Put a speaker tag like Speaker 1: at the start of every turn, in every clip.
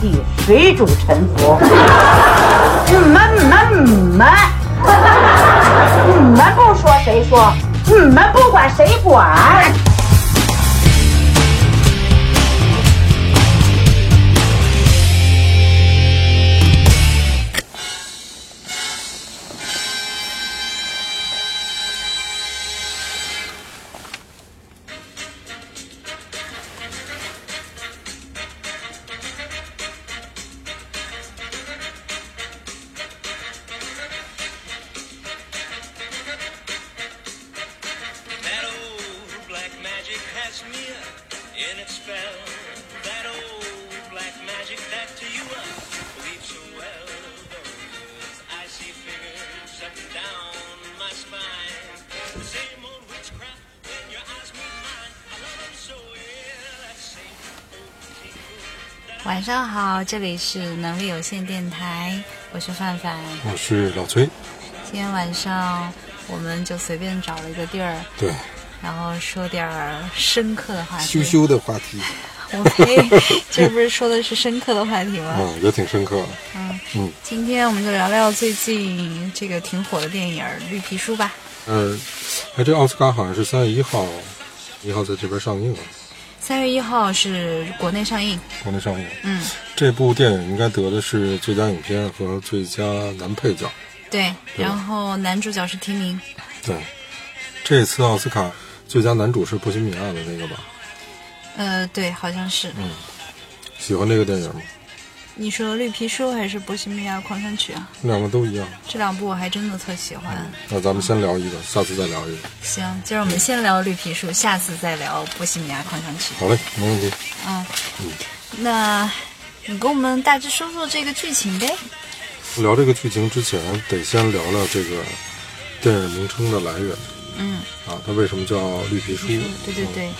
Speaker 1: 地水煮沉浮。 嗯你们你们你们，你们嗯不说谁说？你们不管谁管？
Speaker 2: That old black magic has me up in its spell. That old black magic that to you I believe so well. Those icy fingers up and down my spine. The same old witchcraft when your eyes meet mine. I love it so yeah, that same old tingle.
Speaker 3: 晚上好，这里是能力有限电台，我是范范。
Speaker 4: 我是老崔，
Speaker 3: 今天晚上我们就随便找了一个地儿，
Speaker 4: 对，
Speaker 3: 然后说点儿深刻的话题。
Speaker 4: 羞羞的话题
Speaker 3: 我呸，这不是说的是深刻的话题吗？
Speaker 4: 啊，也挺深刻的。
Speaker 3: 今天我们就聊聊最近这个挺火的电影儿《绿皮书》吧。
Speaker 4: 嗯，哎，这奥斯卡好像是三月一号，一号在这边上映了，
Speaker 3: 三月一号是国内上映，
Speaker 4: 国内上映。
Speaker 3: 嗯，
Speaker 4: 这部电影应该得的是最佳影片和最佳男配角。
Speaker 3: 对，然后男主角是提名，
Speaker 4: 对，这次奥斯卡最佳男主是《波西米亚》的那个吧？
Speaker 3: 呃，对，好像是。
Speaker 4: 喜欢这个电影吗？
Speaker 3: 你说《绿皮书》还是《波西米亚狂想曲》啊？
Speaker 4: 两个都一样。
Speaker 3: 这两部我还真的特喜欢。
Speaker 4: 那咱们先聊一个，下次再聊一个。
Speaker 3: 行，今儿我们先聊绿皮书，下次再聊《波西米亚狂想曲
Speaker 4: 好嘞，没问题。》。
Speaker 3: 那，你给我们大致说说这个剧情呗？
Speaker 4: 聊这个剧情之前，得先聊聊这个电影名称的来源
Speaker 3: 嗯，
Speaker 4: 啊，它为什么叫《绿皮书》？
Speaker 3: 对对对，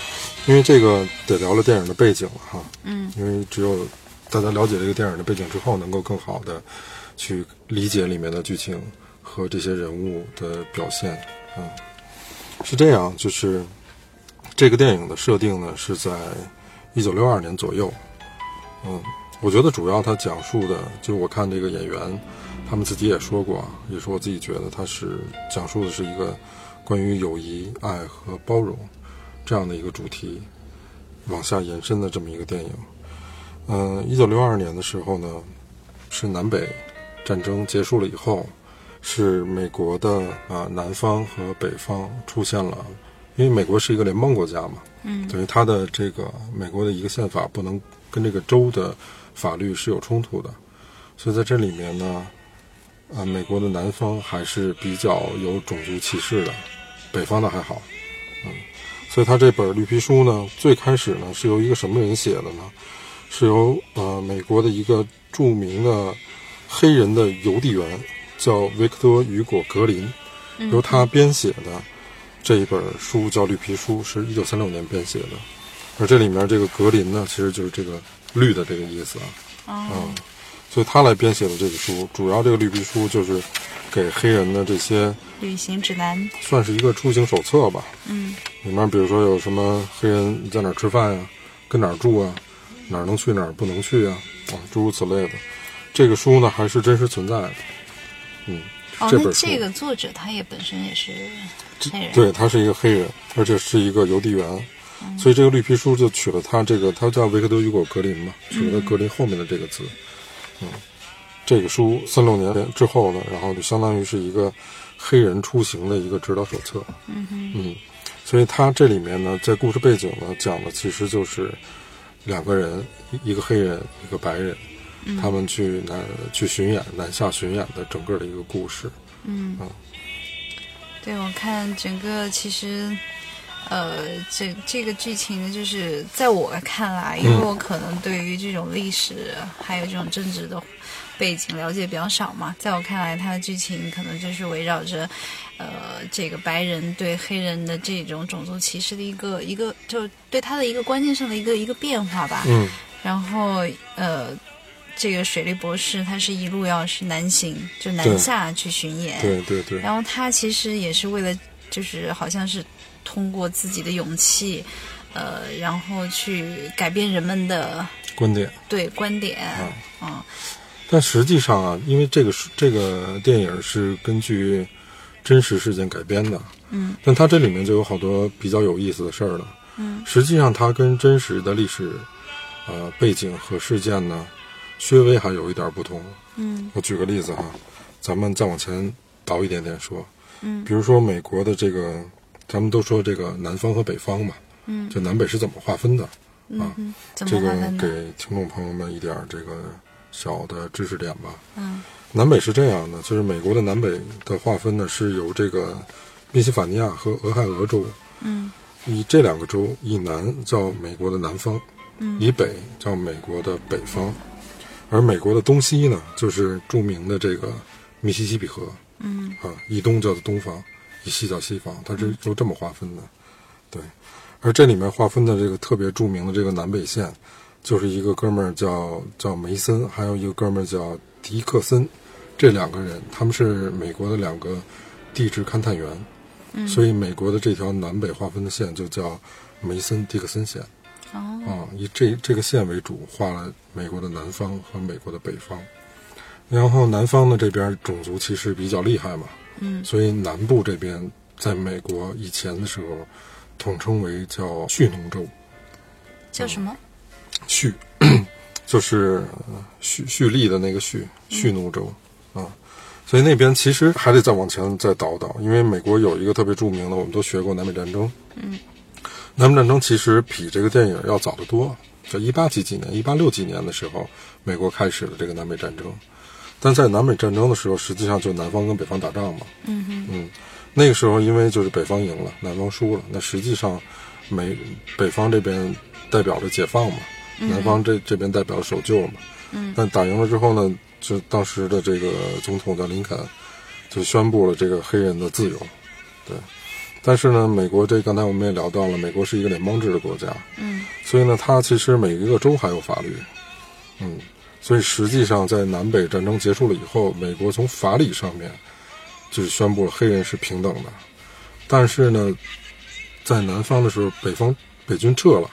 Speaker 4: 因为这个得聊聊电影的背景了哈，
Speaker 3: 嗯，
Speaker 4: 因为只有大家了解这个电影的背景之后，能够更好的去理解里面的剧情和这些人物的表现，嗯，是这样，就是这个电影的设定呢是在一九六二年左右，嗯，我觉得主要它讲述的，就我看这个演员，他们自己也说过啊，也是我自己觉得他是讲述的是一个关于友谊、爱和包容。这样的一个主题往下延伸的这么一个电影。嗯、呃，一九六二年的时候呢，是南北战争结束了以后，是美国的啊、南方和北方出现了，因为美国是一个联邦国家嘛，嗯，等于它的这个美国的一个宪法不能跟这个州的法律是有冲突的，所以在这里面呢。啊，美国的南方还是比较有种族歧视的，北方的还好。所以他这本《绿皮书》呢，最开始呢是由一个什么人写的呢？是由呃美国的一个著名的黑人的邮递员叫维克多·雨果·格林，由他编写的这一本书叫《绿皮书》，是一九三六年编写的。而这里面这个格林呢，其实就是这个绿的这个意思啊。嗯，所以他来编写的这个书，主要这个绿皮书就是给黑人的这些
Speaker 3: 旅行指南，
Speaker 4: 算是一个出行手册吧。
Speaker 3: 嗯，
Speaker 4: 里面比如说有什么黑人在哪儿吃饭呀、跟哪儿住啊，哪儿能去哪儿不能去啊，啊，诸如此类的。这个书呢还是真实存在的，嗯，
Speaker 3: 哦，
Speaker 4: 这
Speaker 3: 那
Speaker 4: 本书，
Speaker 3: 这个作者他也本身也是黑人，
Speaker 4: 对，他是一个黑人，而且是一个邮递员，所以这个绿皮书就取了他这个，他叫维克多·雨果·格林嘛，取
Speaker 3: 嗯
Speaker 4: 了格林后面的这个字，嗯，这个书三六年之后呢，然后就相当于是一个黑人出行的一个指导手册，
Speaker 3: 嗯
Speaker 4: 嗯所以它这里面呢，在故事背景呢讲的其实就是两个人，一一个黑人，一个白人，
Speaker 3: 嗯
Speaker 4: 他们去南去巡演，南下巡演的整个的一个故事。
Speaker 3: 对，我看整个其实，呃，这这个剧情就是在我看来，因为
Speaker 4: 嗯
Speaker 3: 我可能对于这种历史还有这种政治的背景了解比较少嘛，在我看来，它的剧情可能就是围绕着，呃，这个白人对黑人的这种种族歧视的一个一个，就对他的一个观念上的一个一个变化吧。
Speaker 4: 嗯，
Speaker 3: 然后呃。这个水利博士他是一路要是南行，就南
Speaker 4: 对
Speaker 3: 下去巡演，
Speaker 4: 对对对，
Speaker 3: 哎然后他其实也是为了，就是好像是通过自己的勇气，呃，然后去改变人们的
Speaker 4: 观点。
Speaker 3: 对观点，
Speaker 4: 啊
Speaker 3: 嗯
Speaker 4: 但实际上啊，因为这个是这个电影是根据真实事件改编的，嗯，但它这里面就有好多比较有意思的事儿了，嗯，实际上它跟真实的历史呃背景和事件呢，稍微还有一点不同，嗯，我举个例子哈，咱们再往前倒一点点说，嗯，比如说美国的这个，咱们都说这个南方和北方嘛，嗯，就南北是怎么划分的，啊，
Speaker 3: 怎
Speaker 4: 这
Speaker 3: 么
Speaker 4: 个
Speaker 3: 划分的？
Speaker 4: 给听众朋友们一点儿这个小的知识点吧。嗯，南北是这样的，就是美国的南北的划分呢，是由这个宾夕法尼亚和俄亥俄州，
Speaker 3: 嗯，
Speaker 4: 以这两个州以南叫美国的南方，嗯，以北叫美国的北方，而美国的东西呢，就是著名的这个密西西比河，嗯，啊，以东叫做东方，以西叫西方，它是就这么划分的，对。而这里面划分的这个特别著名的这个南北线，就是一个哥们儿叫叫梅森，还有一个哥们儿叫迪克森，这两个人他们是美国的两个地质勘探员，所以美国的这条南北划分的线就叫梅森迪克森线。
Speaker 3: 哦，
Speaker 4: 啊，以这这个线为主，画了美国的南方和美国的北方。然后南方的这边种族歧视比较厉害嘛，嗯，所以南部这边在美国以前的时候，统称为叫蓄奴州，嗯
Speaker 3: 叫什么？
Speaker 4: 蓄就是呃蓄蓄力的那个蓄，蓄奴州啊。所以那边其实还得再往前再倒倒，因为美国有一个特别著名的，我们都学过南北战争。嗯，南北战争其实比这个电影要早得多，就一八几几年，一八六几年的时候，美国开始了这个南北战争。但在南北战争的时候，实际上就南方跟北方打仗嘛。嗯嗯，那个时候因为就是北方赢了，南方输了，那实际上美北方这边代表着解放嘛，南方这这边代表着守旧嘛。嗯，但打赢了之后呢，就当时的这个总统叫林肯，就宣布了这个黑人的自由。对，但是呢，美国这刚才我们也聊到了，美国是一个联邦制的国家。嗯，所以呢，它其实每一个州还有法律。嗯，所以实际上在南北战争结束了以后，美国从法理上面就是宣布了黑人是平等的，但是呢，在南方的时候，北方北军撤了，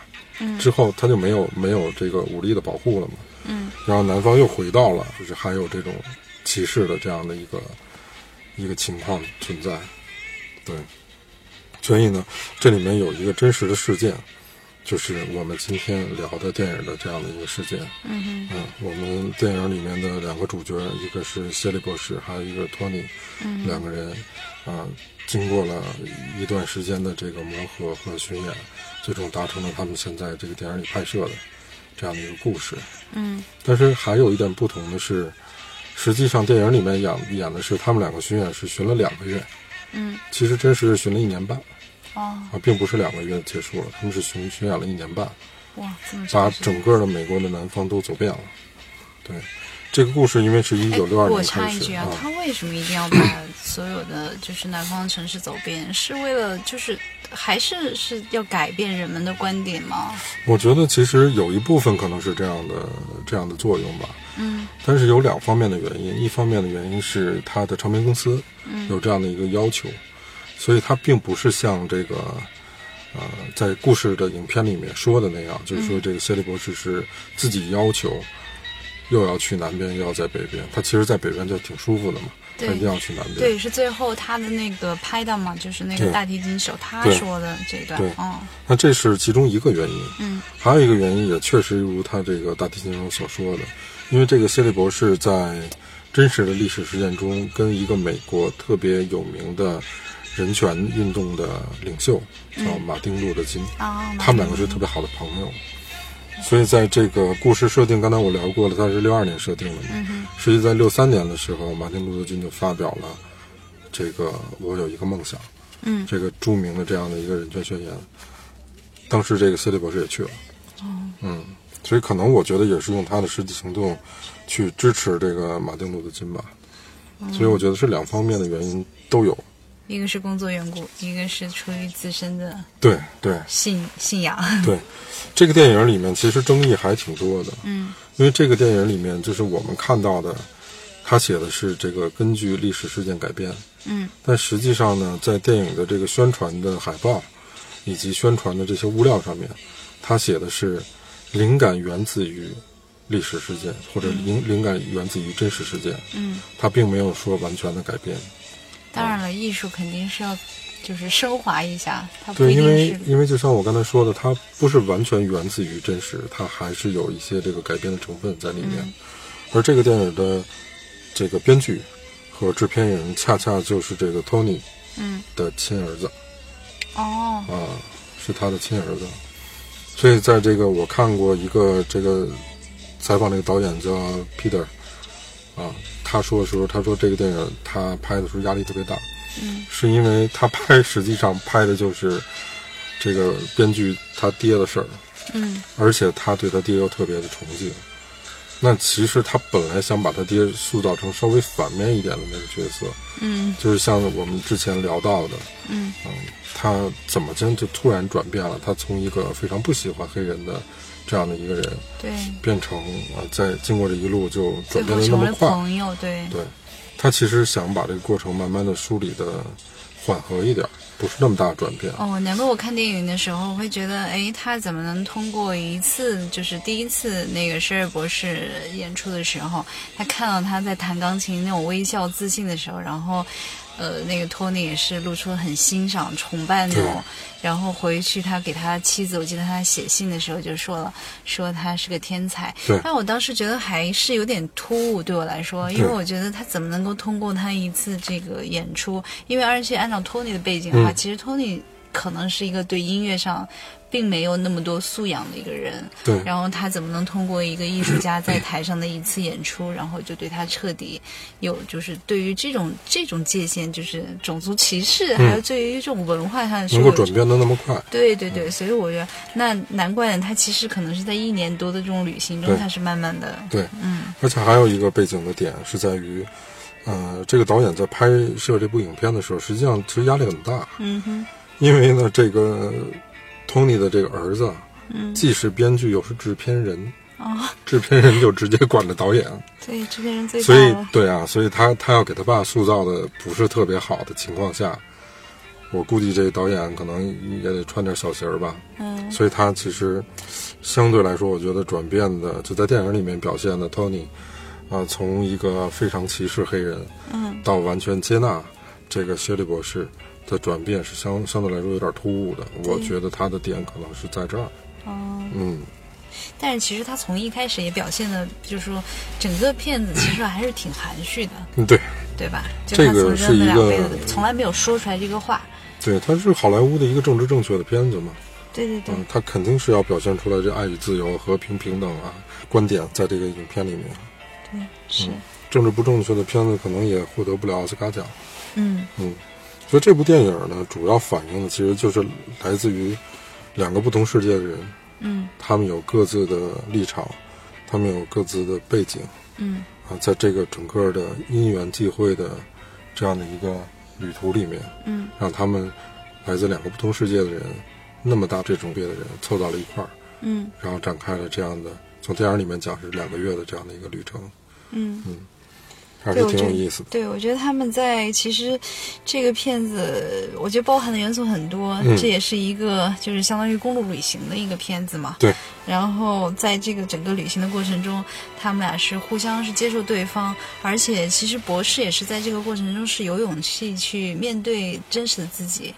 Speaker 4: 之后他就没有没有这个武力的保护了嘛，嗯，然后南方又回到了就是还有这种歧视的这样的一个一个情况存在，对，所以呢，这里面有一个真实的事件，就是我们今天聊的电影的这样的一个事件。嗯我们电影里面的两个主角，一个是谢利博士，还有一个托尼，
Speaker 3: 嗯
Speaker 4: 两个人啊、经过了一段时间的这个磨合和巡演，最终达成了他们现在这个电影里拍摄的这样的一个故事。
Speaker 3: 嗯
Speaker 4: 但是还有一点不同的是，实际上电影里面演演的是他们两个巡演是巡了两个月，
Speaker 3: 嗯，
Speaker 4: 其实真实是巡了一年半
Speaker 3: 哦，
Speaker 4: 啊，并不是两个月结束了，他们是巡巡演了一年半。
Speaker 3: 哇，这么
Speaker 4: 把
Speaker 3: 长时间
Speaker 4: 整个的美国的南方都走遍了。对，这个故事因为是一
Speaker 3: 哎
Speaker 4: 九六二
Speaker 3: 我
Speaker 4: 年
Speaker 3: 插
Speaker 4: 开
Speaker 3: 一
Speaker 4: 始
Speaker 3: 句
Speaker 4: 啊
Speaker 3: 啊，，他为什么一 定要把所有的就是南方城市走遍？是为了就是还是是要改变人们的观点吗？
Speaker 4: 我觉得其实有一部分可能是这样的这样的作用吧。
Speaker 3: 嗯
Speaker 4: 但是有两方面的原因，一方面的原因是它的唱片公司
Speaker 3: 嗯
Speaker 4: 有这样的一个要求，所以它并不是像这个呃，在故事的影片里面说的那样，就是
Speaker 3: 嗯
Speaker 4: 说这个谢利博士是自己要求又要去南边，又要在北边。他其实，在北边就挺舒服的嘛，他
Speaker 3: 对
Speaker 4: 一定要去南边。
Speaker 3: 对，是最后他的那个拍档嘛，就是那
Speaker 4: 对
Speaker 3: 个大提琴手，他
Speaker 4: 对
Speaker 3: 说的这一段
Speaker 4: 对，
Speaker 3: 嗯
Speaker 4: 那这是其中一个原因。
Speaker 3: 嗯，
Speaker 4: 还有一个原因也确实如他这个大提琴手所说的，因为这个谢利博士在真实的历史事件中，跟一个美国特别有名的人权运动的领袖叫马嗯哦丁·路德金，
Speaker 3: 啊，
Speaker 4: 他们两个是特别好的朋友。所以，在这个故事设定，刚才我聊过了，它是六二年设定的嘛。实际在六三年的时候，马丁·路德金就发表了这个“我有一个梦想”，
Speaker 3: 嗯，
Speaker 4: 这个著名的这样的一个人权宣言。当时这个谢利博士也去了，嗯，所以可能我觉得也是用他的实际行动去支持这个马丁·路德金吧。所以我觉得是两方面的原因都有。
Speaker 3: 一个是工作缘故，一个是出于自身的
Speaker 4: 对对，
Speaker 3: 信信仰。
Speaker 4: 对，这个电影里面其实争议还挺多的。嗯，因为这个电影里面就是我们看到的，他写的是这个根据历史事件改编。
Speaker 3: 嗯，
Speaker 4: 但实际上呢，在电影的这个宣传的海报，以及宣传的这些物料上面，他写的是灵感源自于历史事件，或者灵灵感源自于真实事件。
Speaker 3: 嗯，
Speaker 4: 他并没有说完全的改变。
Speaker 3: 当然了，艺术肯定是要就是升华一下，它不
Speaker 4: 对，
Speaker 3: 一
Speaker 4: 因
Speaker 3: 定
Speaker 4: 为
Speaker 3: 是
Speaker 4: 因为就像我刚才说的，它不是完全源自于真实，它还是有一些这个改编的成分在里面。
Speaker 3: 嗯
Speaker 4: 而这个电影的这个编剧和制片人，恰恰就是这个托尼
Speaker 3: 嗯
Speaker 4: 的亲儿子
Speaker 3: 哦，
Speaker 4: 啊，是他的亲儿子。所以在这个我看过一个这个采访，那个导演叫 Peter 啊，他说的时候，他说这个电影他拍的时候压力特别大，
Speaker 3: 嗯
Speaker 4: 是因为他拍实际上拍的就是这个编剧他爹的事儿，
Speaker 3: 嗯
Speaker 4: 而且他对他爹又特别的崇敬。那其实他本来想把他爹塑造成稍微反面一点的那个角色，
Speaker 3: 嗯
Speaker 4: 就是像我们之前聊到的，
Speaker 3: 嗯
Speaker 4: 嗯，他怎么真就突然转变了？他从一个非常不喜欢黑人的这样的一个人，
Speaker 3: 对，
Speaker 4: 变成啊、呃在经过这一路就
Speaker 3: 最
Speaker 4: 转
Speaker 3: 后
Speaker 4: 变的那
Speaker 3: 成
Speaker 4: 么
Speaker 3: 为
Speaker 4: 快，
Speaker 3: 朋友，对
Speaker 4: 对，他其实想把这个过程慢慢的梳理的缓和一点儿，不是那么大的转变。
Speaker 3: 哦，难怪我看电影的时候，我会觉得，哎，他怎么能通过一次，就是第一次那个施尔博士演出的时候，他看到他在弹钢琴那种微笑自信的时候，然后，呃，那个托尼也是露出很欣赏、崇拜那
Speaker 4: 对
Speaker 3: 种。然后回去他给他妻子，我记得他写信的时候就说了，说他是个天才
Speaker 4: 对。
Speaker 3: 但我当时觉得还是有点突兀，对我来说，因为我觉得他怎么能够通过他一次这个演出？因为而且按照托尼的背景的话，
Speaker 4: 嗯
Speaker 3: 其实托尼可能是一个对音乐上。并没有那么多素养的一个人，
Speaker 4: 对
Speaker 3: 然后他怎么能通过一个艺术家在台上的一次演出，然后就对他彻底有就是对于这种这种界限，就是种族歧视，还有对于这种文化上的
Speaker 4: 能够嗯转变的那么快，
Speaker 3: 对对对，所以我觉得那难怪他其实可能是在一年多的这种旅行中
Speaker 4: 对，
Speaker 3: 他是慢慢的，
Speaker 4: 对，
Speaker 3: 嗯
Speaker 4: 而且还有一个背景的点是在于，呃，这个导演在拍摄这部影片的时候，实际上其实压力很大，
Speaker 3: 嗯哼，
Speaker 4: 因为呢，这个托尼的这个儿子，既是编剧又是制片人，
Speaker 3: 嗯哦，
Speaker 4: 制片人就直接管 着导演，
Speaker 3: 对，这些人最
Speaker 4: 所以
Speaker 3: 大了，
Speaker 4: 对啊，所以他他要给他爸塑造的不是特别好的情况下，我估计这导演可能也得穿点小鞋儿吧。
Speaker 3: 嗯
Speaker 4: 所以他其实相对来说，我觉得转变的就在电影里面表现的 Tony，啊、从一个非常歧视黑人，
Speaker 3: 嗯，
Speaker 4: 到完全接纳这个薛利博士的转变是相相对来说有点突兀的。我觉得他的点可能是在这儿。
Speaker 3: 哦，
Speaker 4: 嗯，
Speaker 3: 但是其实他从一开始也表现的，就是说整个片子其实还是挺含蓄的，
Speaker 4: 嗯对，
Speaker 3: 对吧？就
Speaker 4: 这
Speaker 3: 他
Speaker 4: 个
Speaker 3: 从
Speaker 4: 是一
Speaker 3: 们俩
Speaker 4: 个
Speaker 3: 没有从来没有说出来这个话，
Speaker 4: 对，他是好莱坞的一个政治正确的片子嘛。
Speaker 3: 对对对
Speaker 4: 嗯，，他肯定是要表现出来这爱与自由、和平、平等啊观点，在这个影片里面，嗯
Speaker 3: 对是，
Speaker 4: 政治不正确的片子可能也获得不了奥斯卡奖。
Speaker 3: 嗯
Speaker 4: 嗯，所以这部电影呢，主要反映的其实就是来自于两个不同世界的人，
Speaker 3: 嗯
Speaker 4: 他们有各自的立场，他们有各自的背景
Speaker 3: 嗯
Speaker 4: 啊，在这个整个的因缘际会的这样的一个旅途里面，
Speaker 3: 嗯，
Speaker 4: 让他们来自两个不同世界的人，那么大这种别的人凑到了一块儿。
Speaker 3: 嗯
Speaker 4: 然后展开了这样的，从电影里面讲是两个月的这样的一个旅程，
Speaker 3: 嗯。
Speaker 4: 还
Speaker 3: 对，
Speaker 4: 是
Speaker 3: 我
Speaker 4: 挺
Speaker 3: 觉
Speaker 4: 有
Speaker 3: 得
Speaker 4: 意思的。
Speaker 3: 对，我觉得他们在其实这个片子，我觉得包含的元素很多，
Speaker 4: 嗯
Speaker 3: 这也是一个就是相当于公路旅行的一个片子嘛。
Speaker 4: 对，
Speaker 3: 然后在这个整个旅行的过程中，他们俩是互相是接受对方，而且其实博士也是在这个过程中是有勇气去面对真实的自己。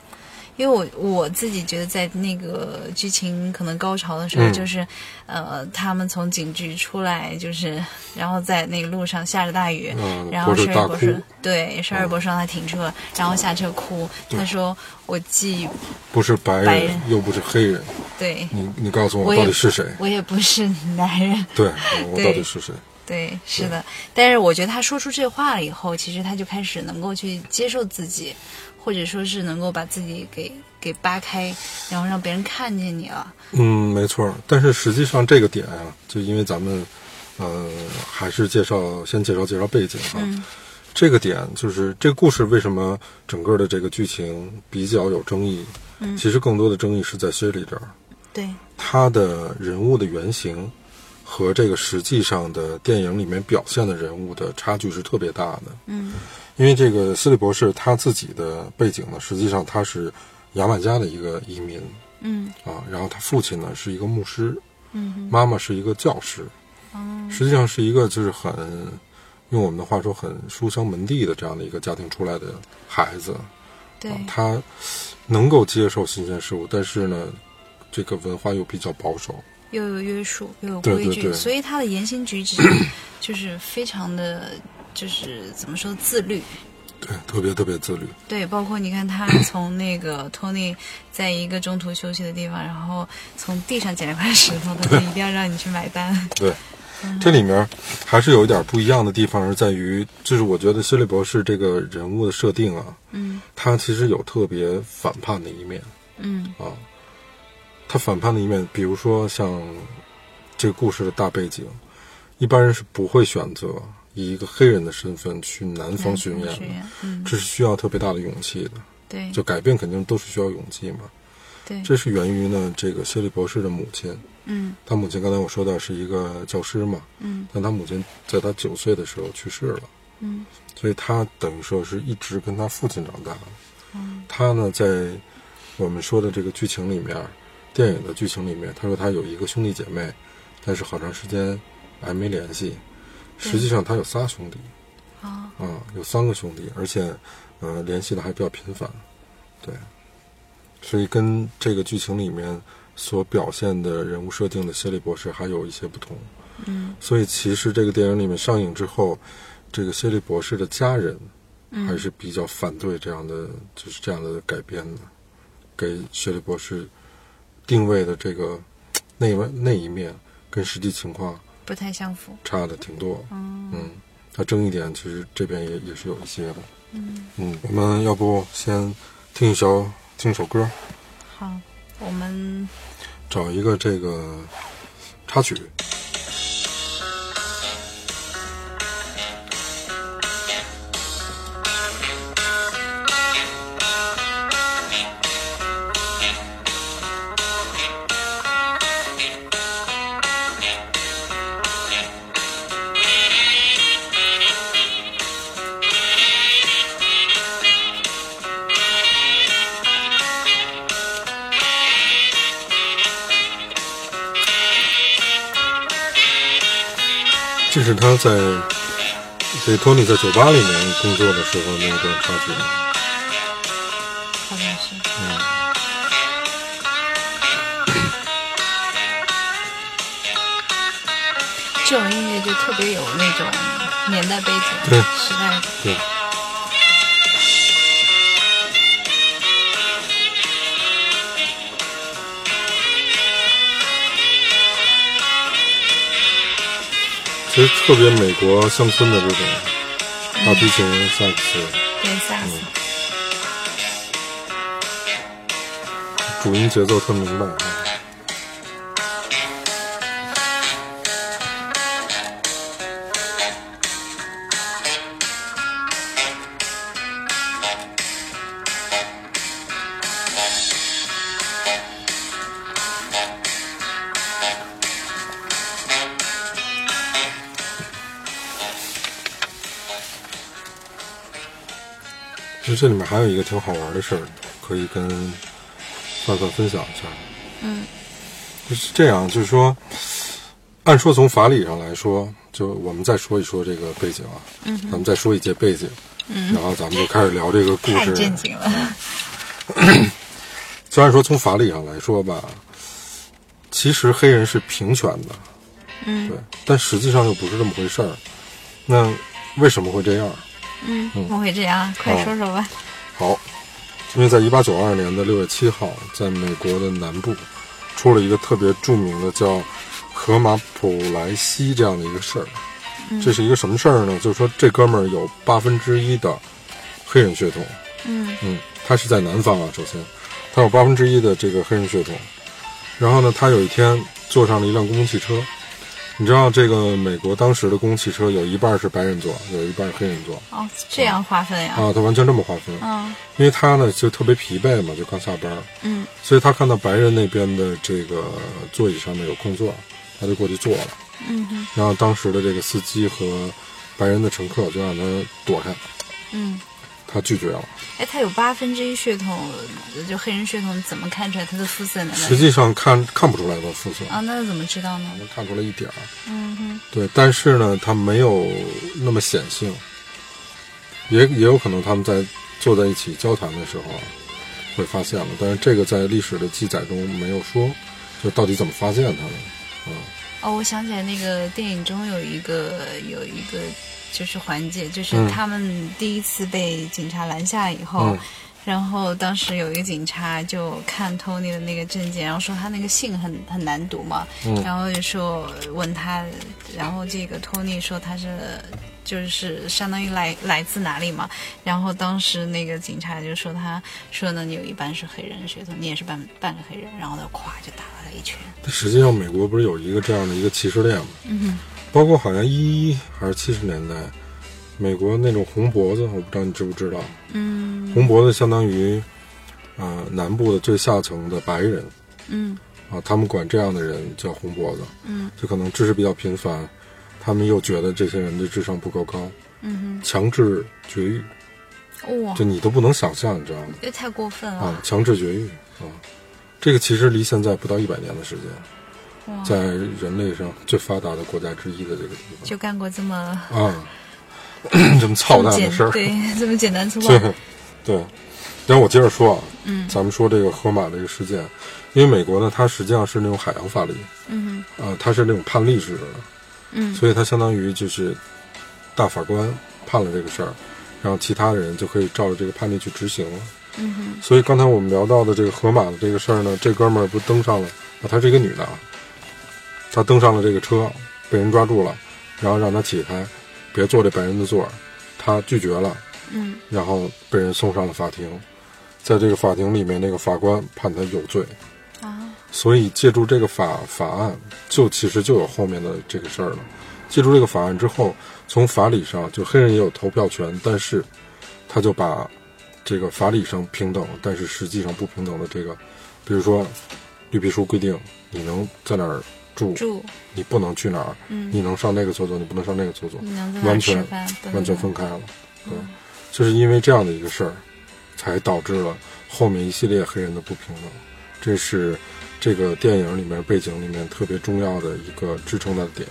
Speaker 3: 因为我我自己觉得，在那个剧情可能高潮的时候，
Speaker 4: 嗯
Speaker 3: 就是、呃，他们从警局出来，就是然后在那个路上下着大雨，
Speaker 4: 嗯
Speaker 3: 然后
Speaker 4: 博士
Speaker 3: 施
Speaker 4: 大
Speaker 3: 尔博士
Speaker 4: 哭嗯
Speaker 3: 对施尔博士让他停车，然后下车哭，他说我既
Speaker 4: 不是白人，
Speaker 3: 白人
Speaker 4: 又不是黑人，
Speaker 3: 对
Speaker 4: 你你告诉我
Speaker 3: 我
Speaker 4: 到
Speaker 3: 也
Speaker 4: 底是谁？
Speaker 3: 我也不是男人，
Speaker 4: 对，我我
Speaker 3: 对
Speaker 4: 到底是谁？
Speaker 3: 对，是的。但是我觉得他说出这话了以后，其实他就开始能够去接受自己，或者说是能够把自己给给扒开，然后让别人看见你了。
Speaker 4: 嗯，没错儿。但是实际上这个点啊，就因为咱们呃还是介绍先介绍介绍背景啊。这个点就是这个故事为什么整个的这个剧情比较有争议？其实更多的争议是在薛里这儿。
Speaker 3: 对，
Speaker 4: 他的人物的原型和这个实际上的电影里面表现的人物的差距是特别大的。嗯，因为这个斯利博士他自己的背景呢，实际上他是牙买加的一个移民
Speaker 3: 嗯
Speaker 4: 啊，然后他父亲呢是一个牧师，
Speaker 3: 嗯哦
Speaker 4: 妈妈是一个教师，
Speaker 3: 哼，
Speaker 4: 实际上是一个就是很用我们的话说很书香门第的这样的一个家庭出来的孩子，
Speaker 3: 哦，对
Speaker 4: 啊，他能够接受新鲜事物，但是呢，这个文化又比较保守，
Speaker 3: 又有约束，又有
Speaker 4: 对
Speaker 3: 规
Speaker 4: 对
Speaker 3: 矩，
Speaker 4: 对
Speaker 3: 所以他的言行举止就是非常的，就是怎么说自律。
Speaker 4: 对，特别特别自律，
Speaker 3: 对，包括你看他从那个托尼在一个中途休息的地方，然后从地上捡了块石头，他说一定要让你去买单。
Speaker 4: 对。
Speaker 3: 嗯
Speaker 4: 这里面还是有一点不一样的地方，是在于，就是我觉得心理博士这个人物的设定啊，
Speaker 3: 嗯
Speaker 4: 他其实有特别反叛的一面
Speaker 3: 嗯
Speaker 4: 啊。他反叛的一面，比如说像这个故事的大背景，一般人是不会选择以一个黑人的身份去南方巡演
Speaker 3: 南
Speaker 4: 的
Speaker 3: 方巡演，嗯
Speaker 4: 这是需要特别大的勇气的。
Speaker 3: 对
Speaker 4: 就改变肯定都是需要勇气嘛。
Speaker 3: 对，
Speaker 4: 这是源于呢，这个谢利博士的母亲，
Speaker 3: 嗯
Speaker 4: 他母亲刚才我说到是一个教师嘛，
Speaker 3: 嗯
Speaker 4: 但他母亲在他九岁的时候去世了，
Speaker 3: 嗯
Speaker 4: 所以他等于说是一直跟他父亲长大。
Speaker 3: 嗯
Speaker 4: 他呢，在我们说的这个剧情里面，电影的剧情里面，他说他有一个兄弟姐妹，但是好长时间还没联系。实际上他有仨兄弟，
Speaker 3: 哦
Speaker 4: 啊、有三个兄弟，而且呃联系的还比较频繁，对，所以跟这个剧情里面所表现的人物设定的谢利博士还有一些不同。
Speaker 3: 嗯
Speaker 4: 所以其实这个电影里面上映之后，这个谢利博士的家人还是比较反对这样的，就是这样的改编的，给谢利博士定位的这个那一面那一面跟实际情况
Speaker 3: 不太相符。
Speaker 4: 差的挺多。嗯，它争议点其实这边也也是有一些的。嗯我们要不先听一首听一首歌，
Speaker 3: 好，我们
Speaker 4: 找一个这个插曲。这是他在这托尼在酒吧里面工作的时候那一段插曲。
Speaker 3: 好像是这种音乐就特别有那种年代背景、
Speaker 4: 对
Speaker 3: 时代感。
Speaker 4: 对，其实特别美国乡村的这种大提琴、萨克斯、
Speaker 3: 对，萨克斯。
Speaker 4: 主音节奏特明白啊。其实这里面还有一个挺好玩的事儿，可以跟范范分享一下。嗯，就是这样，就是说，按说从法理上来说，就我们再说一说这个背景啊，嗯、咱们再说一节背景，嗯、然后咱们就开始聊这个故
Speaker 3: 太
Speaker 4: 事。
Speaker 3: 正经了，
Speaker 4: 虽然说从法理上来说吧，其实黑人是平权的，嗯，对，但实际上又不是这么回事儿。那为什么会这样？
Speaker 3: 嗯，怎么会这样？快说说吧。
Speaker 4: 好，因为在一八九二年的六月七号，在美国的南部出了一个特别著名的叫荷马普莱西这样的一个事儿。这是一个什么事儿呢？就是说这哥们儿有八分之一的黑人血统。
Speaker 3: 嗯
Speaker 4: 嗯，他是在南方啊，首先，他有八分之一的这个黑人血统。然后呢，他有一天坐上了一辆公共汽车。你知道这个美国当时的公共汽车有一半是白人坐，有一半是黑人坐
Speaker 3: 哦，这样划分呀？
Speaker 4: 啊，他完全这么划分。
Speaker 3: 嗯
Speaker 4: 因为他呢就特别疲惫嘛，就刚下班儿，
Speaker 3: 嗯
Speaker 4: 所以他看到白人那边的这个座椅上面有空座，他就过去坐了。
Speaker 3: 嗯哼
Speaker 4: 然后当时的这个司机和白人的乘客就让他躲开，
Speaker 3: 嗯
Speaker 4: 他拒绝了。
Speaker 3: 哎，他有八分之一血统，就黑人血统，怎么看出来他的肤色难道
Speaker 4: 实际上看看不出来的肤色，
Speaker 3: 啊？那怎么知道呢？
Speaker 4: 能看出来一点儿。嗯哼。对，但是呢，他没有那么显性，也也有可能他们在坐在一起交谈的时候啊，会发现了，但是这个在历史的记载中没有说，就到底怎么发现他的。
Speaker 3: 哦，我想起来那个电影中有一个有一个就是环节，就是
Speaker 4: 嗯
Speaker 3: 他们第一次被警察拦下以后，
Speaker 4: 嗯
Speaker 3: 然后当时有一个警察就看 Tony 的那个证件，然后说他那个姓很很难读嘛，
Speaker 4: 嗯
Speaker 3: 然后就说问他，然后这个 Tony 说他是。就是相当于来来自哪里嘛，然后当时那个警察就说他说呢，你有一半是黑人血统，你也是半半个黑人，然后他咵就打了他一拳。
Speaker 4: 但实际上，美国不是有一个这样的一个歧视链吗？嗯，包括好像一一还是七十年代，美国那种红脖子，我不知道你知不知道。嗯，红脖子相当于啊、呃南部的最下层的白人。
Speaker 3: 嗯，
Speaker 4: 啊，他们管这样的人叫红脖子。嗯，就可能知识比较贫乏，他们又觉得这些人的智商不够高。嗯强制绝育，
Speaker 3: 哇、
Speaker 4: 就你都不能想象，你知道吗？
Speaker 3: 这太过分了
Speaker 4: 啊，！强制绝育啊，这个其实离现在不到一百年的时间，
Speaker 3: 哇
Speaker 4: 在人类上最发达的国家之一的这个地方
Speaker 3: 就干过这么
Speaker 4: 啊， 这么操
Speaker 3: 这么
Speaker 4: 蛋的
Speaker 3: 简
Speaker 4: 事儿，
Speaker 3: 对这么简单粗暴，
Speaker 4: 对 对。然后我接着说啊，嗯，咱们说这个河马这个事件，因为美国呢，它实际上是那种海洋法律，嗯，啊、它是那种判例制的，
Speaker 3: 嗯
Speaker 4: 所以它相当于就是大法官判了这个事儿，然后其他人就可以照着这个判例去执行了。嗯哼，所以刚才我们聊到的这个河马的这个事儿呢，这哥们儿不登上了啊，她是一个女的啊，她登上了这个车，被人抓住了，然后让她起开，别坐这白人的座儿，她拒绝了，
Speaker 3: 嗯，
Speaker 4: 然后被人送上了法庭，在这个法庭里面，那个法官判她有罪，
Speaker 3: 啊，
Speaker 4: 所以借助这个法法案，就其实就有后面的这个事儿了。借助这个法案之后，从法理上就黑人也有投票权，但是他就把这个法理上平等，但是实际上不平等的这个，比如说绿皮书规定你能在哪儿住，
Speaker 3: 住
Speaker 4: 你不能去哪儿，你能上那个厕所，你不能上那个厕所
Speaker 3: 嗯你能在，哪儿
Speaker 4: 完
Speaker 3: 吃
Speaker 4: 全
Speaker 3: 饭不能
Speaker 4: 完全分开了。对，就是因为这样的一个事儿，才导致了后面一系列黑人的不平等。这是这个电影里面背景里面特别重要的一个支撑的点。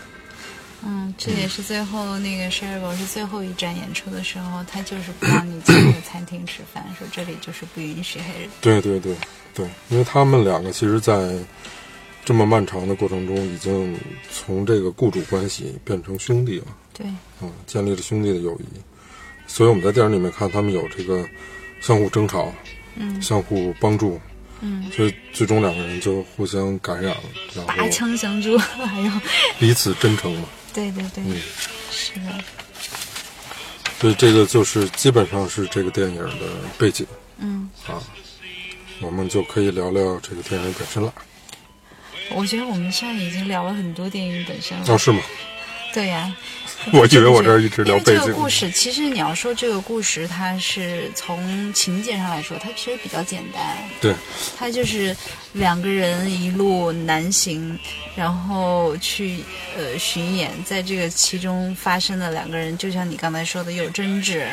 Speaker 3: 嗯，这也是最后那个 s h e r y 博士最后一站演出的时候，他就是不让你进那个餐厅吃饭，说这里就是不允许黑人。
Speaker 4: 对对对对，因为他们两个其实，在这么漫长的过程中，已经从这个雇主关系变成兄弟了。
Speaker 3: 对，
Speaker 4: 嗯，建立了兄弟的友谊。所以我们在电影里面看，他们有这个相互争吵，嗯，相互帮助，嗯，所以最终两个人就互相感染了，然
Speaker 3: 拔
Speaker 4: 后
Speaker 3: 枪相助， 还有，
Speaker 4: 彼此真诚嘛。
Speaker 3: 对对对，
Speaker 4: 嗯
Speaker 3: 是的，
Speaker 4: 所以这个就是基本上是这个电影的背景。嗯，啊，我们就可以聊聊这个电影本身了。
Speaker 3: 我觉得我们现在已经聊了很多电影本身了。
Speaker 4: 哦，是吗？
Speaker 3: 对呀、
Speaker 4: 我以为我这儿一直聊
Speaker 3: 嗯因为
Speaker 4: 背
Speaker 3: 这
Speaker 4: 景
Speaker 3: 个。故事，其实你要说这个故事，它是从情节上来说，它其实比较简单。
Speaker 4: 对，
Speaker 3: 他就是两个人一路南行，然后去呃巡演，在这个其中发生的两个人，就像你刚才说的，有争执，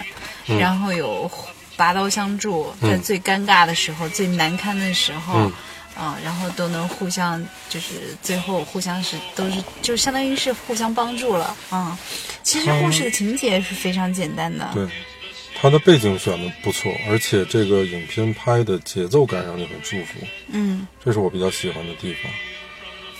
Speaker 3: 然后有拔刀相助，在最尴尬的时候、最难堪的时候。
Speaker 4: 嗯
Speaker 3: 啊，然后都能互相，就是最后互相是都是，就相当于是互相帮助了啊、其实故事的情节是非常简单的，
Speaker 4: 对，它的背景选的不错，而且这个影片拍的节奏感让你很舒服。
Speaker 3: 嗯
Speaker 4: 这是我比较喜欢的地方。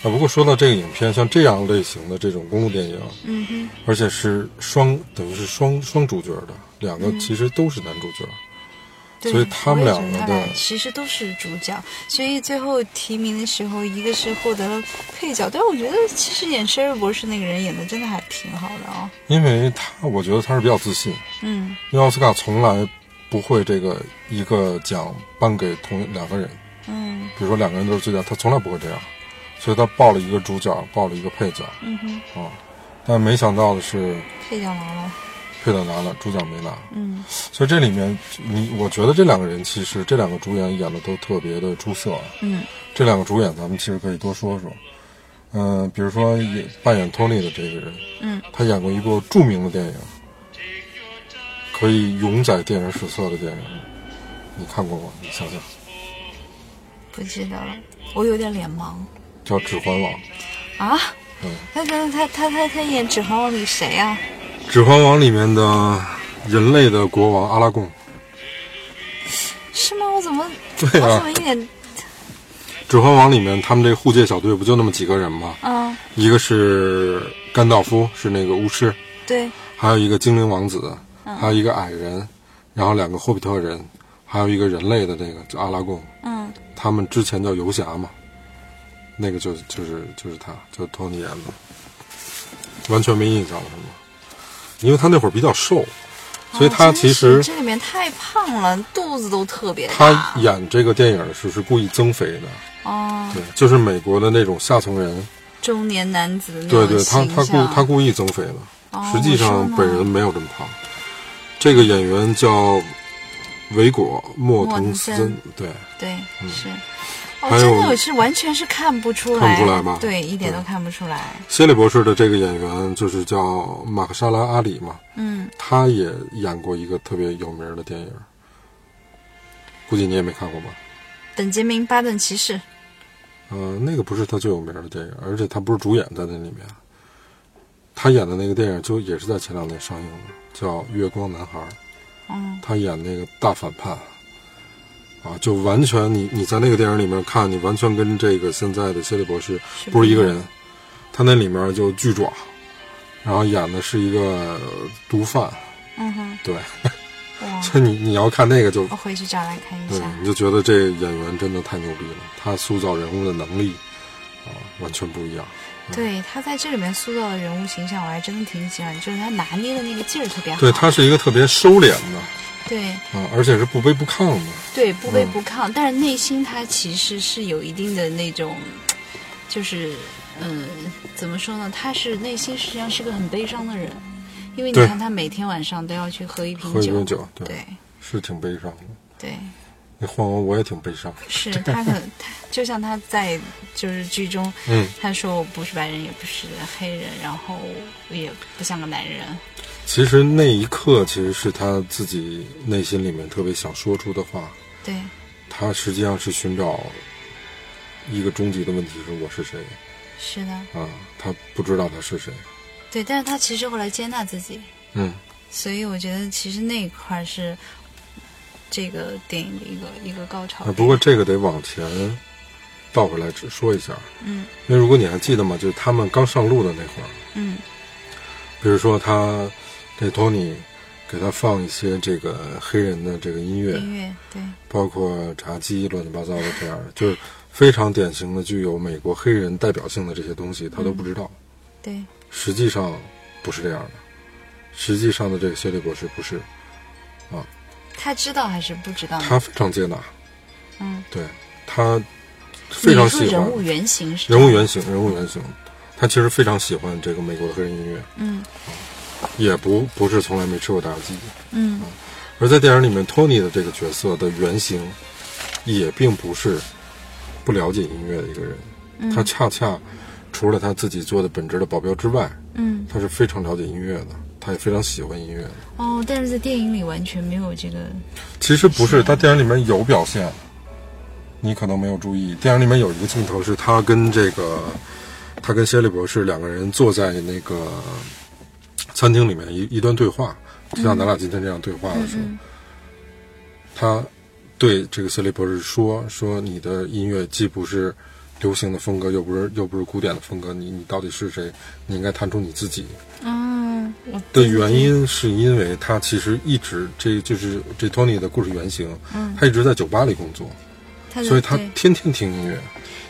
Speaker 4: 啊，不过说到这个影片，像这样类型的这种公路电影，嗯哼，而且是双，等于是双双主角的，两个其实都是男主角。
Speaker 3: 对
Speaker 4: 所以他们两
Speaker 3: 我也觉
Speaker 4: 个的
Speaker 3: 得他俩其实都是主角，所以最后提名的时候，一个是获得了配角，但是我觉得其实演生日博士那个人演的真的还挺好的哦。
Speaker 4: 因为他，我觉得他是比较自信，
Speaker 3: 嗯
Speaker 4: 因为奥斯卡从来不会这个一个奖颁给同两个人，
Speaker 3: 嗯
Speaker 4: 比如说两个人都是最佳，他从来不会这样，所以他报了一个主角，报了一个配角，
Speaker 3: 嗯哼，
Speaker 4: 啊，但没想到的是，
Speaker 3: 配角拿了。
Speaker 4: 配角拿了，主角没拿，
Speaker 3: 嗯
Speaker 4: 所以这里面，你我觉得这两个人其实这两个主演演的都特别的出色。
Speaker 3: 嗯，
Speaker 4: 这两个主演咱们其实可以多说说。嗯、比如说演扮演托尼的这个人，
Speaker 3: 嗯，
Speaker 4: 他演过一部著名的电影，可以永载电影史册的电影，你看过吗？你想想，
Speaker 3: 不记得了，我有点脸盲
Speaker 4: 叫《指环王》。
Speaker 3: 啊。
Speaker 4: 嗯
Speaker 3: 他他他他他他演《指环王》里谁啊呀、
Speaker 4: 《指环王》里面的人类的国王阿拉贡，
Speaker 3: 是吗？我怎么、
Speaker 4: 对啊
Speaker 3: 我怎么一点
Speaker 4: 《指环王》里面他们这护戒小队不就那么几个人吗？
Speaker 3: 嗯
Speaker 4: 一个是甘道夫，是那个巫师，
Speaker 3: 对
Speaker 4: 还有一个精灵王子，
Speaker 3: 嗯
Speaker 4: 还有一个矮人，然后两个霍比特人，还有一个人类的那个就阿拉贡，
Speaker 3: 嗯
Speaker 4: 他们之前叫游侠嘛，那个就就是就是他，就是托尼演的，完全没印象了是吗？因为他那会儿比较瘦，所以他
Speaker 3: 哦啊真的
Speaker 4: 其
Speaker 3: 是
Speaker 4: 实
Speaker 3: 这里面太胖了，肚子都特别
Speaker 4: 他
Speaker 3: 大
Speaker 4: 演这个电影的时候是故意增肥的，
Speaker 3: 哦，
Speaker 4: 对，就是美国的那种下层人，
Speaker 3: 中年男子的那
Speaker 4: 对
Speaker 3: 种
Speaker 4: 对，他他
Speaker 3: 形象
Speaker 4: 故他故意增肥的，
Speaker 3: 哦
Speaker 4: 实际上
Speaker 3: 是吗
Speaker 4: 本人没有这么胖。这个演员叫维果莫
Speaker 3: 莫
Speaker 4: 腾
Speaker 3: 腾
Speaker 4: 森
Speaker 3: 森，
Speaker 4: 对，
Speaker 3: 对是。哦，
Speaker 4: 嗯还有
Speaker 3: 真的，我是完全是看不出来，
Speaker 4: 看不出来吧
Speaker 3: 对，一点都看不出来。
Speaker 4: 谢里博士的这个演员就是叫马克沙拉阿里嘛，
Speaker 3: 嗯，
Speaker 4: 他也演过一个特别有名的电影，估计你也没看过吧？
Speaker 3: 本杰明·巴顿骑士，
Speaker 4: 嗯、那个不是他最有名的电影，而且他不是主演在那里面，他演的那个电影就也是在前两年上映的，叫《月光男孩》。
Speaker 3: 嗯，
Speaker 4: 他演那个大反派，啊，就完全你你在那个电影里面看，你完全跟这个现在的谢利博士
Speaker 3: 是
Speaker 4: 不是一个
Speaker 3: 不一
Speaker 4: 人。他那里面就巨爪，然后演的是一个毒贩，
Speaker 3: 嗯哼，
Speaker 4: 对，
Speaker 3: 哇，
Speaker 4: 所以你你要看那个就
Speaker 3: 我回去找来看一
Speaker 4: 对
Speaker 3: 下。，
Speaker 4: 你就觉得这演员真的太牛逼了，他塑造人物的能力啊
Speaker 3: 嗯
Speaker 4: 完全不一样。
Speaker 3: 对他在这里面塑造的人物形象，我还真的挺喜欢，就是他拿捏的那个劲儿特别好。
Speaker 4: 对，他是一个特别收敛的
Speaker 3: 对
Speaker 4: 啊，而且是不卑不亢的。
Speaker 3: 对不
Speaker 4: 嗯
Speaker 3: 卑不亢，但是内心他其实是有一定的那种，就是嗯，怎么说呢？他是内心实际上是个很悲伤的人，因为你
Speaker 4: 对
Speaker 3: 看他每天晚上都要去喝一瓶
Speaker 4: 喝一
Speaker 3: 酒，
Speaker 4: 杯酒，对，
Speaker 3: 对
Speaker 4: 是挺悲伤的。
Speaker 3: 对，
Speaker 4: 那换我我也挺悲伤。
Speaker 3: 是他可他就像他在就是剧中，
Speaker 4: 嗯，
Speaker 3: 他说我不是白人，也不是黑人，然后我也不像个男人，
Speaker 4: 其实那一刻其实是他自己内心里面特别想说出的话，
Speaker 3: 对
Speaker 4: 他实际上是寻找一个终极的问题：是我是谁
Speaker 3: 是的。
Speaker 4: 啊？他不知道他是谁。
Speaker 3: 对，但是他其实后来接纳自己，
Speaker 4: 嗯，
Speaker 3: 所以我觉得其实那一块儿是这个电影的一个一个高潮
Speaker 4: 啊，
Speaker 3: 点。
Speaker 4: 不过这个得往前倒回来只说一下。
Speaker 3: 嗯，
Speaker 4: 因为如果你还记得嘛，就是他们刚上路的那会儿，
Speaker 3: 嗯
Speaker 4: 比如说他这托尼给他放一些这个黑人的这个音乐，
Speaker 3: 音乐对
Speaker 4: 包括炸鸡、乱七八糟的这样的，就是非常典型的具有美国黑人代表性的这些东西，他都不知道。
Speaker 3: 嗯对
Speaker 4: 实际上不是这样的，实际上的这个谢利博士不是，
Speaker 3: 他知道还是不知道呢？
Speaker 4: 他非常接纳，
Speaker 3: 嗯，
Speaker 4: 对他非常喜
Speaker 3: 你说
Speaker 4: 欢
Speaker 3: 人物原型是
Speaker 4: 人物原型，人物原型，他其实非常喜欢这个美国的黑人音乐，
Speaker 3: 嗯
Speaker 4: 也不不是从来没吃过炸鸡。啊
Speaker 3: 嗯
Speaker 4: 而在电影里面，托尼的这个角色的原型也并不是不了解音乐的一个人，
Speaker 3: 嗯
Speaker 4: 他恰恰除了他自己做的本职的保镖之外，
Speaker 3: 嗯
Speaker 4: 他是非常了解音乐的，他也非常喜欢音乐的。
Speaker 3: 哦，但是在电影里完全没有这个
Speaker 4: 其实不是，他电影里面有表现，你可能没有注意。电影里面有一个镜头是他跟这个，他跟谢利博士两个人坐在那个餐厅里面一一段对话，就像咱俩今天这样对话的时候，他对这个谢利博士说：“说你的音乐既不是流行的风格，又不是又不是古典的风格，你你到底是谁？你应该弹出你自己。”
Speaker 3: 嗯我
Speaker 4: 的原因是因为他其实一直这就是这托尼的故事原型，他一直在酒吧里工作，
Speaker 3: 嗯他
Speaker 4: 所以他
Speaker 3: 对
Speaker 4: 天天听音乐，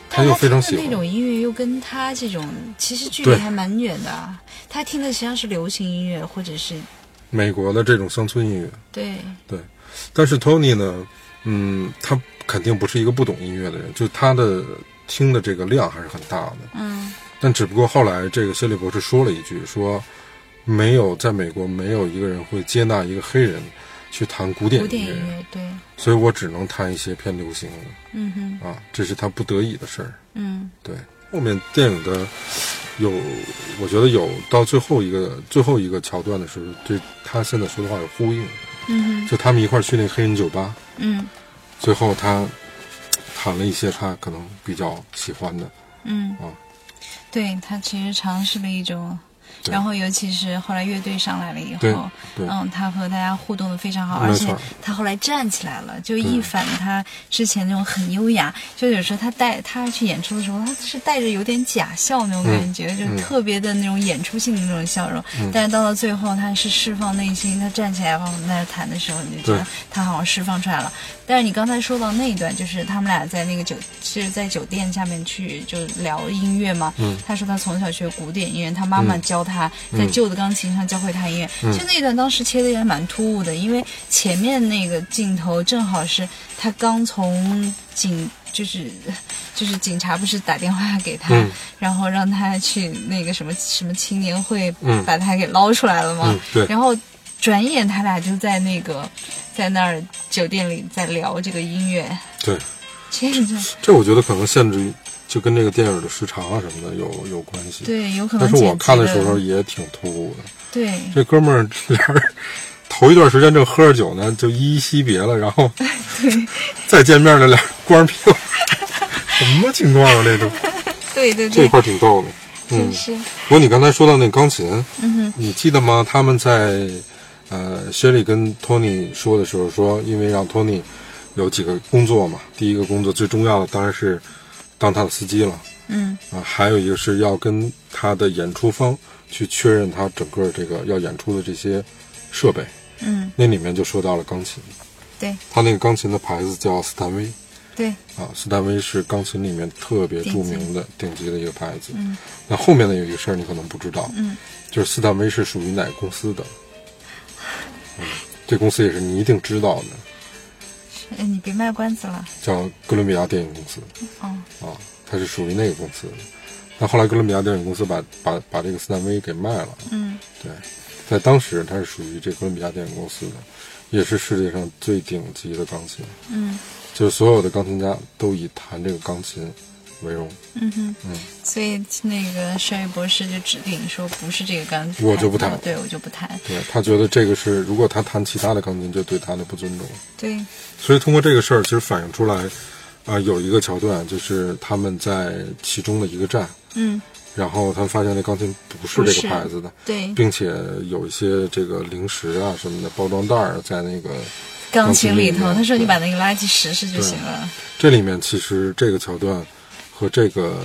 Speaker 3: 但
Speaker 4: 又
Speaker 3: 他
Speaker 4: 非
Speaker 3: 听的
Speaker 4: 常喜
Speaker 3: 那种
Speaker 4: 欢。
Speaker 3: 音乐又跟他这种其实距
Speaker 4: 对
Speaker 3: 离还蛮远的啊，他听的实际上是流行音乐或者是
Speaker 4: 美国的这种乡村音乐，
Speaker 3: 对
Speaker 4: 对。但是托尼呢，嗯，他肯定不是一个不懂音乐的人，就他的听的这个量还是很大的。
Speaker 3: 嗯
Speaker 4: 但只不过后来这个谢利博士说了一句，说没有在美国没有一个人会接纳一个黑人去弹古典
Speaker 3: 古典
Speaker 4: 音
Speaker 3: 音
Speaker 4: 乐，
Speaker 3: 乐对
Speaker 4: 所以我只能弹一些偏流行的。
Speaker 3: 嗯哼
Speaker 4: 啊，这是他不得已的事儿。
Speaker 3: 嗯
Speaker 4: 对，后面电影的有，我觉得有到最后一个最后一个桥段的时候，对他现在说的话有呼应。
Speaker 3: 嗯
Speaker 4: 就他们一块儿去那个黑人酒吧，
Speaker 3: 哼嗯
Speaker 4: 最后他谈了一些他可能比较喜欢的，
Speaker 3: 嗯
Speaker 4: 哦，
Speaker 3: 对他其实尝试了一种。
Speaker 4: 对
Speaker 3: 然后，尤其是后来乐队上来了以
Speaker 4: 对
Speaker 3: 后，
Speaker 4: 对
Speaker 3: 嗯，他和大家互动的非常好，
Speaker 4: 没
Speaker 3: 而且
Speaker 4: 错
Speaker 3: 他后来站起来了，就一反他之前那种很优雅。就有时候他带他去演出的时候，他是带着有点假笑那种感
Speaker 4: 嗯
Speaker 3: 觉，就是特别的那种演出性的那种笑容。但是到了最后，他是释放内心，他站起来往我们那儿弹的时候，你就觉
Speaker 4: 对
Speaker 3: 得他好像释放出来了。但是你刚才说到那一段，就是他们俩在那个酒是在酒店下面去就聊音乐嘛。
Speaker 4: 嗯
Speaker 3: 他说他从小学古典音乐，他妈妈教他、在旧的钢琴上教会他音乐。就那一段当时切的也蛮突兀的，因为前面那个镜头正好是他刚从警。就是，就是警察不是打电话给他，
Speaker 4: 嗯
Speaker 3: 然后让他去那个什么什么青年会，
Speaker 4: 嗯
Speaker 3: 把他给捞出来了嘛。
Speaker 4: 嗯，对，
Speaker 3: 然后转眼他俩就在那个在那儿酒店里在聊这个音乐，
Speaker 4: 对，
Speaker 3: 这个
Speaker 4: 这我觉得可能限制于就跟这个电影的时长啊什么的有有关系。
Speaker 3: 对有可能
Speaker 4: 但是我
Speaker 3: 剪辑
Speaker 4: 看的时候也挺突兀的，
Speaker 3: 对
Speaker 4: 这哥们儿俩人头一段时间正喝着酒呢，就依依惜别了，然后再见面了，俩人光着屁股，什么情况啊？这都
Speaker 3: 对对
Speaker 4: 这
Speaker 3: 对，
Speaker 4: 块儿挺逗的。嗯
Speaker 3: 真，是
Speaker 4: 不过你刚才说到那钢琴，
Speaker 3: 嗯
Speaker 4: 你记得吗？他们在呃，Shelly 跟 Tony 说的时候说，因为让 Tony 有几个工作嘛，第一个工作最重要的当然是当他的司机了，
Speaker 3: 嗯
Speaker 4: 啊，还有一个是要跟他的演出方去确认他整个这个要演出的这些设备，
Speaker 3: 嗯
Speaker 4: 那里面就说到了钢琴，
Speaker 3: 对
Speaker 4: 他那个钢琴的牌子叫斯坦威，
Speaker 3: 对
Speaker 4: 啊，斯坦威是钢琴里面特别著
Speaker 3: 顶级
Speaker 4: 名的顶级的一个牌子。嗯，那后面呢有一个事儿你可能不知道，
Speaker 3: 嗯，
Speaker 4: 就是斯坦威是属于哪个公司的？嗯，这公司也是你一定知道的，
Speaker 3: 哎你别卖关子了，
Speaker 4: 叫哥伦比亚电影公司
Speaker 3: 哦
Speaker 4: 啊，它是属于那个公司的。那后来哥伦比亚电影公司把把把这个斯坦威给卖了，
Speaker 3: 嗯
Speaker 4: 对，在当时它是属于这哥伦比亚电影公司的，也是世界上最顶级的钢琴，
Speaker 3: 嗯
Speaker 4: 就是所有的钢琴家都以弹这个钢琴为荣。
Speaker 3: 嗯哼，所以那个帅宇博士就指定说不是这个钢琴，哦
Speaker 4: 我就不弹
Speaker 3: 对我就不弹，
Speaker 4: 对他觉得这个是，如果他弹其他的钢琴，就对他的不尊重。
Speaker 3: 对
Speaker 4: 所以通过这个事儿，其实反映出来，啊、有一个桥段就是他们在其中的一个站，
Speaker 3: 嗯
Speaker 4: 然后他们发现那钢琴不是
Speaker 3: 不
Speaker 4: 这
Speaker 3: 是
Speaker 4: 个牌子的，
Speaker 3: 对
Speaker 4: 并且有一些这个零食啊什么的包装袋儿在那个
Speaker 3: 钢琴里
Speaker 4: 钢琴里
Speaker 3: 头，
Speaker 4: 面
Speaker 3: 他说你把那个垃圾拾拾就
Speaker 4: 对
Speaker 3: 行了，
Speaker 4: 这里面，其实这个桥段和这个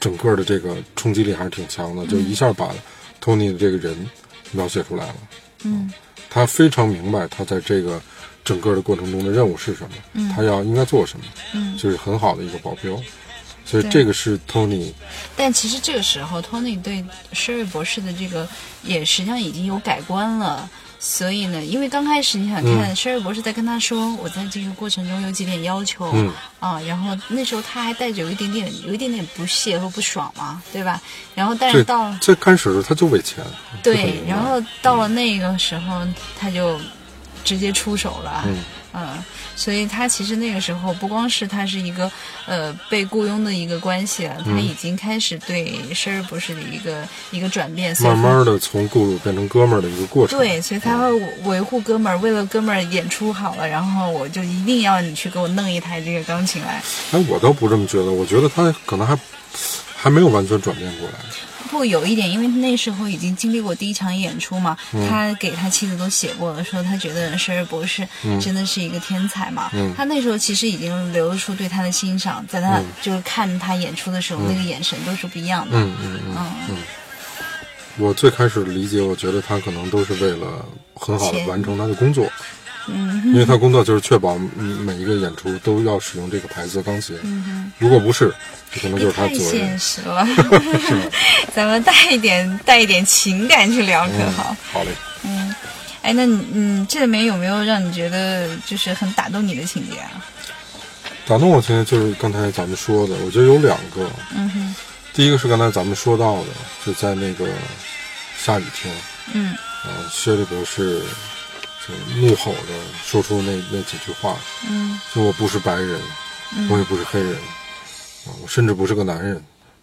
Speaker 4: 整个的这个冲击力还是挺强
Speaker 3: 嗯
Speaker 4: 的，就一下把托尼的这个人描写出来了。啊
Speaker 3: 嗯
Speaker 4: 他非常明白他在这个整个的过程中的任务是什么，他要应该做什么，
Speaker 3: 嗯。
Speaker 4: 就是很好的一个保镖。所以
Speaker 3: 对
Speaker 4: 这个是 Tony，
Speaker 3: 但其实这个时候，Tony 对 Sherry 博士的这个也实际上已经有改观了。所以呢，因为刚开始你想看、Sherry 博士在跟他说，我在这个过程中有几点要求、
Speaker 4: 嗯
Speaker 3: 啊，然后那时候他还带着有一点点、有一点点不屑和不爽嘛，对吧？然后但是
Speaker 4: 最
Speaker 3: 到了
Speaker 4: 最开始的时候他就为钱，就很
Speaker 3: 对
Speaker 4: 明，白
Speaker 3: 然后到了那个时候，他就直接出手了。
Speaker 4: 嗯
Speaker 3: 所以他其实那个时候不光是他是一个呃被雇佣的一个关系了，
Speaker 4: 嗯
Speaker 3: 他已经开始对 Sherry 博士的一个一个转变，所以
Speaker 4: 慢
Speaker 3: 他
Speaker 4: 慢的从雇主变成哥们儿的一个过程。
Speaker 3: 对，所以他会
Speaker 4: 嗯
Speaker 3: 维护哥们儿，为了哥们儿演出好了，然后我就一定要你去给我弄一台这个钢琴来。
Speaker 4: 哎，我倒不这么觉得，我觉得他可能还还没有完全转变过来。
Speaker 3: 不有一点，因为那时候已经经历过第一场演出嘛，
Speaker 4: 嗯
Speaker 3: 他给他妻子都写过了，说他觉得舍尔博士
Speaker 4: 嗯
Speaker 3: 真的是一个天才嘛。他那时候其实已经流露出对他的欣赏，在他、就是看他演出的时候，那个眼神都是不一样的。
Speaker 4: 嗯嗯嗯嗯。我最开始理解，我觉得他可能都是为了很好的
Speaker 3: 钱
Speaker 4: 完成他的工作，嗯，因为他工作就是确保嗯每一个演出都要使用这个牌子的钢琴，如果不是，可能就
Speaker 3: 你
Speaker 4: 是他
Speaker 3: 嗯太
Speaker 4: 的责任
Speaker 3: 现。实 了， 咱们带一点带一点情感去聊可
Speaker 4: 嗯
Speaker 3: 好？
Speaker 4: 好嘞，
Speaker 3: 哎，那你嗯，这里面有没有让你觉得就是很打动你的情节啊？
Speaker 4: 打动我情节就是刚才咱们说的，我觉得有两个，嗯
Speaker 3: 哼，
Speaker 4: 第一个是刚才咱们说到的，就在那个下雨天，
Speaker 3: 嗯
Speaker 4: 呃，薛利博士就怒吼着说出那那几句话，
Speaker 3: 嗯
Speaker 4: 呃就我不是白人，我也不是黑人，啊，我甚至不是个男人，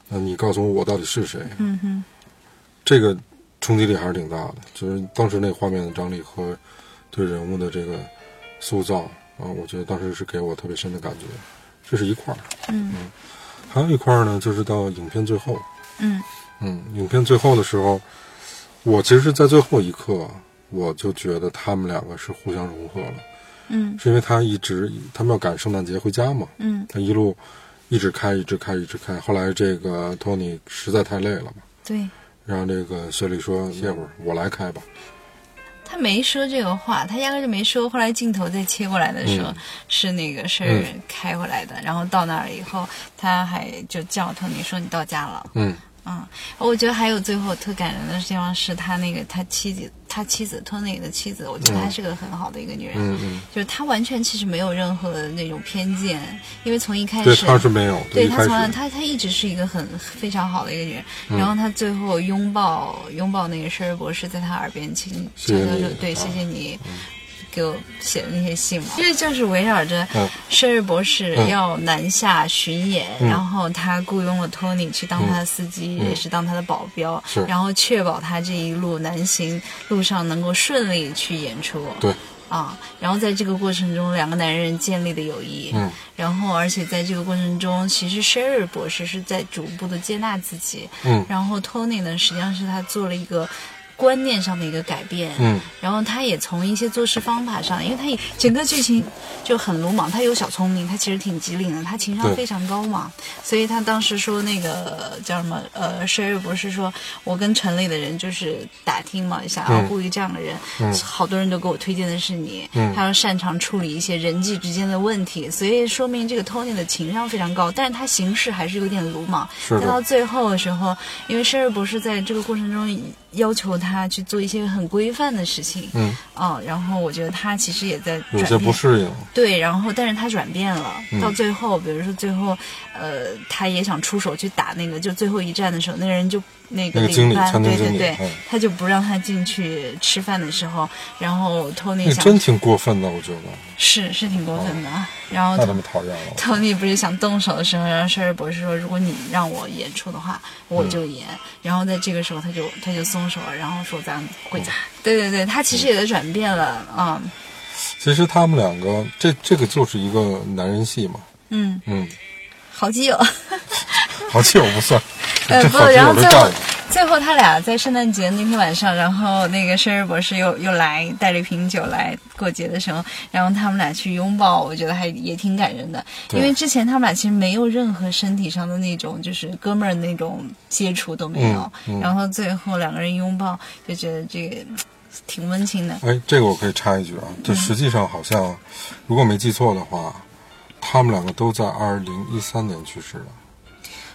Speaker 4: 那你告诉我我到底是谁？嗯哼，这个冲击力还是挺大的，就是当时那个画面的张力和对人物的这个塑造啊，我觉得当时是给我特别深的感觉，这是一块儿。嗯还有一块儿呢，就是到影片最后，
Speaker 3: 嗯
Speaker 4: 嗯，影片最后的时候，我其实是在最后一刻，我就觉得他们两个是互相融合了。
Speaker 3: 嗯
Speaker 4: 是因为他一直他们要赶圣诞节回家嘛，
Speaker 3: 嗯，
Speaker 4: 他一路一直开，一直开，一直开。后来这个托尼实在太累了嘛，
Speaker 3: 对
Speaker 4: 让这个雪莉说歇会儿，我来开吧。
Speaker 3: 他没说这个话，他压根就没说。后来镜头再切过来的时候，
Speaker 4: 嗯
Speaker 3: 是那个事儿开回来的。然后到那儿以后，他还就叫托尼说：“你到家了。”
Speaker 4: 嗯
Speaker 3: 嗯，我觉得还有最后特感人的地方是他那个他妻子，他妻子托尼的妻子，我觉得她是个很好的一个女人，
Speaker 4: 嗯嗯，
Speaker 3: 就是她完全其实没有任何的那种偏见，因为从一开
Speaker 4: 对，
Speaker 3: 始
Speaker 4: 他是没有，
Speaker 3: 对
Speaker 4: 一
Speaker 3: 她
Speaker 4: 开
Speaker 3: 从来，
Speaker 4: 始，嗯
Speaker 3: 她她一直是一个很非常好的一个女人。然后她最后拥抱拥抱那个绅士博士，在她耳边轻悄
Speaker 4: 谢谢
Speaker 3: 悄
Speaker 4: 你
Speaker 3: 说：“对，
Speaker 4: 啊
Speaker 3: 谢谢你给我写的那些信嘛。”因为正是围绕着
Speaker 4: 嗯
Speaker 3: 绅士博士
Speaker 4: 嗯
Speaker 3: 要南下巡演，
Speaker 4: 嗯
Speaker 3: 然后她雇佣了托尼去当他的司机，也是当他的保镖
Speaker 4: 是，
Speaker 3: 然后确保他这一路南行路上能够顺利去演出。
Speaker 4: 对，
Speaker 3: 啊，然后在这个过程中，两个男人建立的友谊，
Speaker 4: 嗯，
Speaker 3: 然后而且在这个过程中，其实 Sherry 博士是在逐步的接纳自己，
Speaker 4: 嗯
Speaker 3: 然后 Tony 呢，实际上是他做了一个观念上的一个改变，
Speaker 4: 嗯，
Speaker 3: 然后他也从一些做事方法上，因为他也整个剧情就很鲁莽，他有小聪明，他其实挺机灵的，他情商
Speaker 4: 对
Speaker 3: 非常高嘛，所以他当时说那个呃叫什么呃 Sherry 博士说，我跟城里的人就是打听嘛，想要
Speaker 4: 嗯
Speaker 3: 雇一个这样的人，好多人都给我推荐的是你，
Speaker 4: 嗯
Speaker 3: 他要擅长处理一些人际之间的问题，所以说明这个 Tony 的情商非常高，但是他行事还是有点鲁莽。
Speaker 4: 是
Speaker 3: 但
Speaker 4: 的
Speaker 3: 到最后的时候，因为 Sherry 博士在这个过程中要求他去做一些很规范的事情，
Speaker 4: 嗯，
Speaker 3: 哦，然后我觉得他其实也在转
Speaker 4: 有些
Speaker 3: 变
Speaker 4: 不适应，
Speaker 3: 对，然后但是他转变了，
Speaker 4: 嗯
Speaker 3: 到最后，比如说最后，呃，他也想出手去打那个，就最后一战的时候，那个人就那个
Speaker 4: 那个经
Speaker 3: 领
Speaker 4: 理
Speaker 3: 班，
Speaker 4: 餐
Speaker 3: 对
Speaker 4: 厅经
Speaker 3: 对
Speaker 4: 理
Speaker 3: 对
Speaker 4: 嗯，
Speaker 3: 他就不让他进去吃饭的时候，然后
Speaker 4: 那
Speaker 3: Tony 想
Speaker 4: 真哦挺过分的，我觉
Speaker 3: 哦
Speaker 4: 得
Speaker 3: 是是挺过分的，然后
Speaker 4: 太 他妈讨厌了。
Speaker 3: 托尼不是想动手的时候，然后绅士博士说：“如果你让我演出的话，我
Speaker 4: 嗯
Speaker 3: 就演。然后在这个时候，他就他就松手了，然后说：“咱们回家。
Speaker 4: 哦
Speaker 3: 对对对，他其实也在转变了，嗯
Speaker 4: 其实他们两个，这这个就是一个男人戏嘛，
Speaker 3: 嗯，
Speaker 4: 嗯，
Speaker 3: 好基友。
Speaker 4: 好基友不算，
Speaker 3: 呃
Speaker 4: 这
Speaker 3: 不
Speaker 4: 好基
Speaker 3: 然
Speaker 4: 友
Speaker 3: 后最
Speaker 4: 都占
Speaker 3: 后
Speaker 4: 了，
Speaker 3: 最后他俩在圣诞节那天晚上，然后那个生日博士又又来带了一瓶酒来过节的时候，然后他们俩去拥抱，我觉得还也挺感人的，
Speaker 4: 对
Speaker 3: 因为之前他们俩其实没有任何身体上的那种就是哥们儿那种接触都没有，
Speaker 4: 嗯嗯
Speaker 3: 然后最后两个人拥抱，就觉得这个嗯挺温情的。
Speaker 4: 哎，这个我可以插一句啊，这实际上好像，如果没记错的话，他们两个都在二零一三年去世的。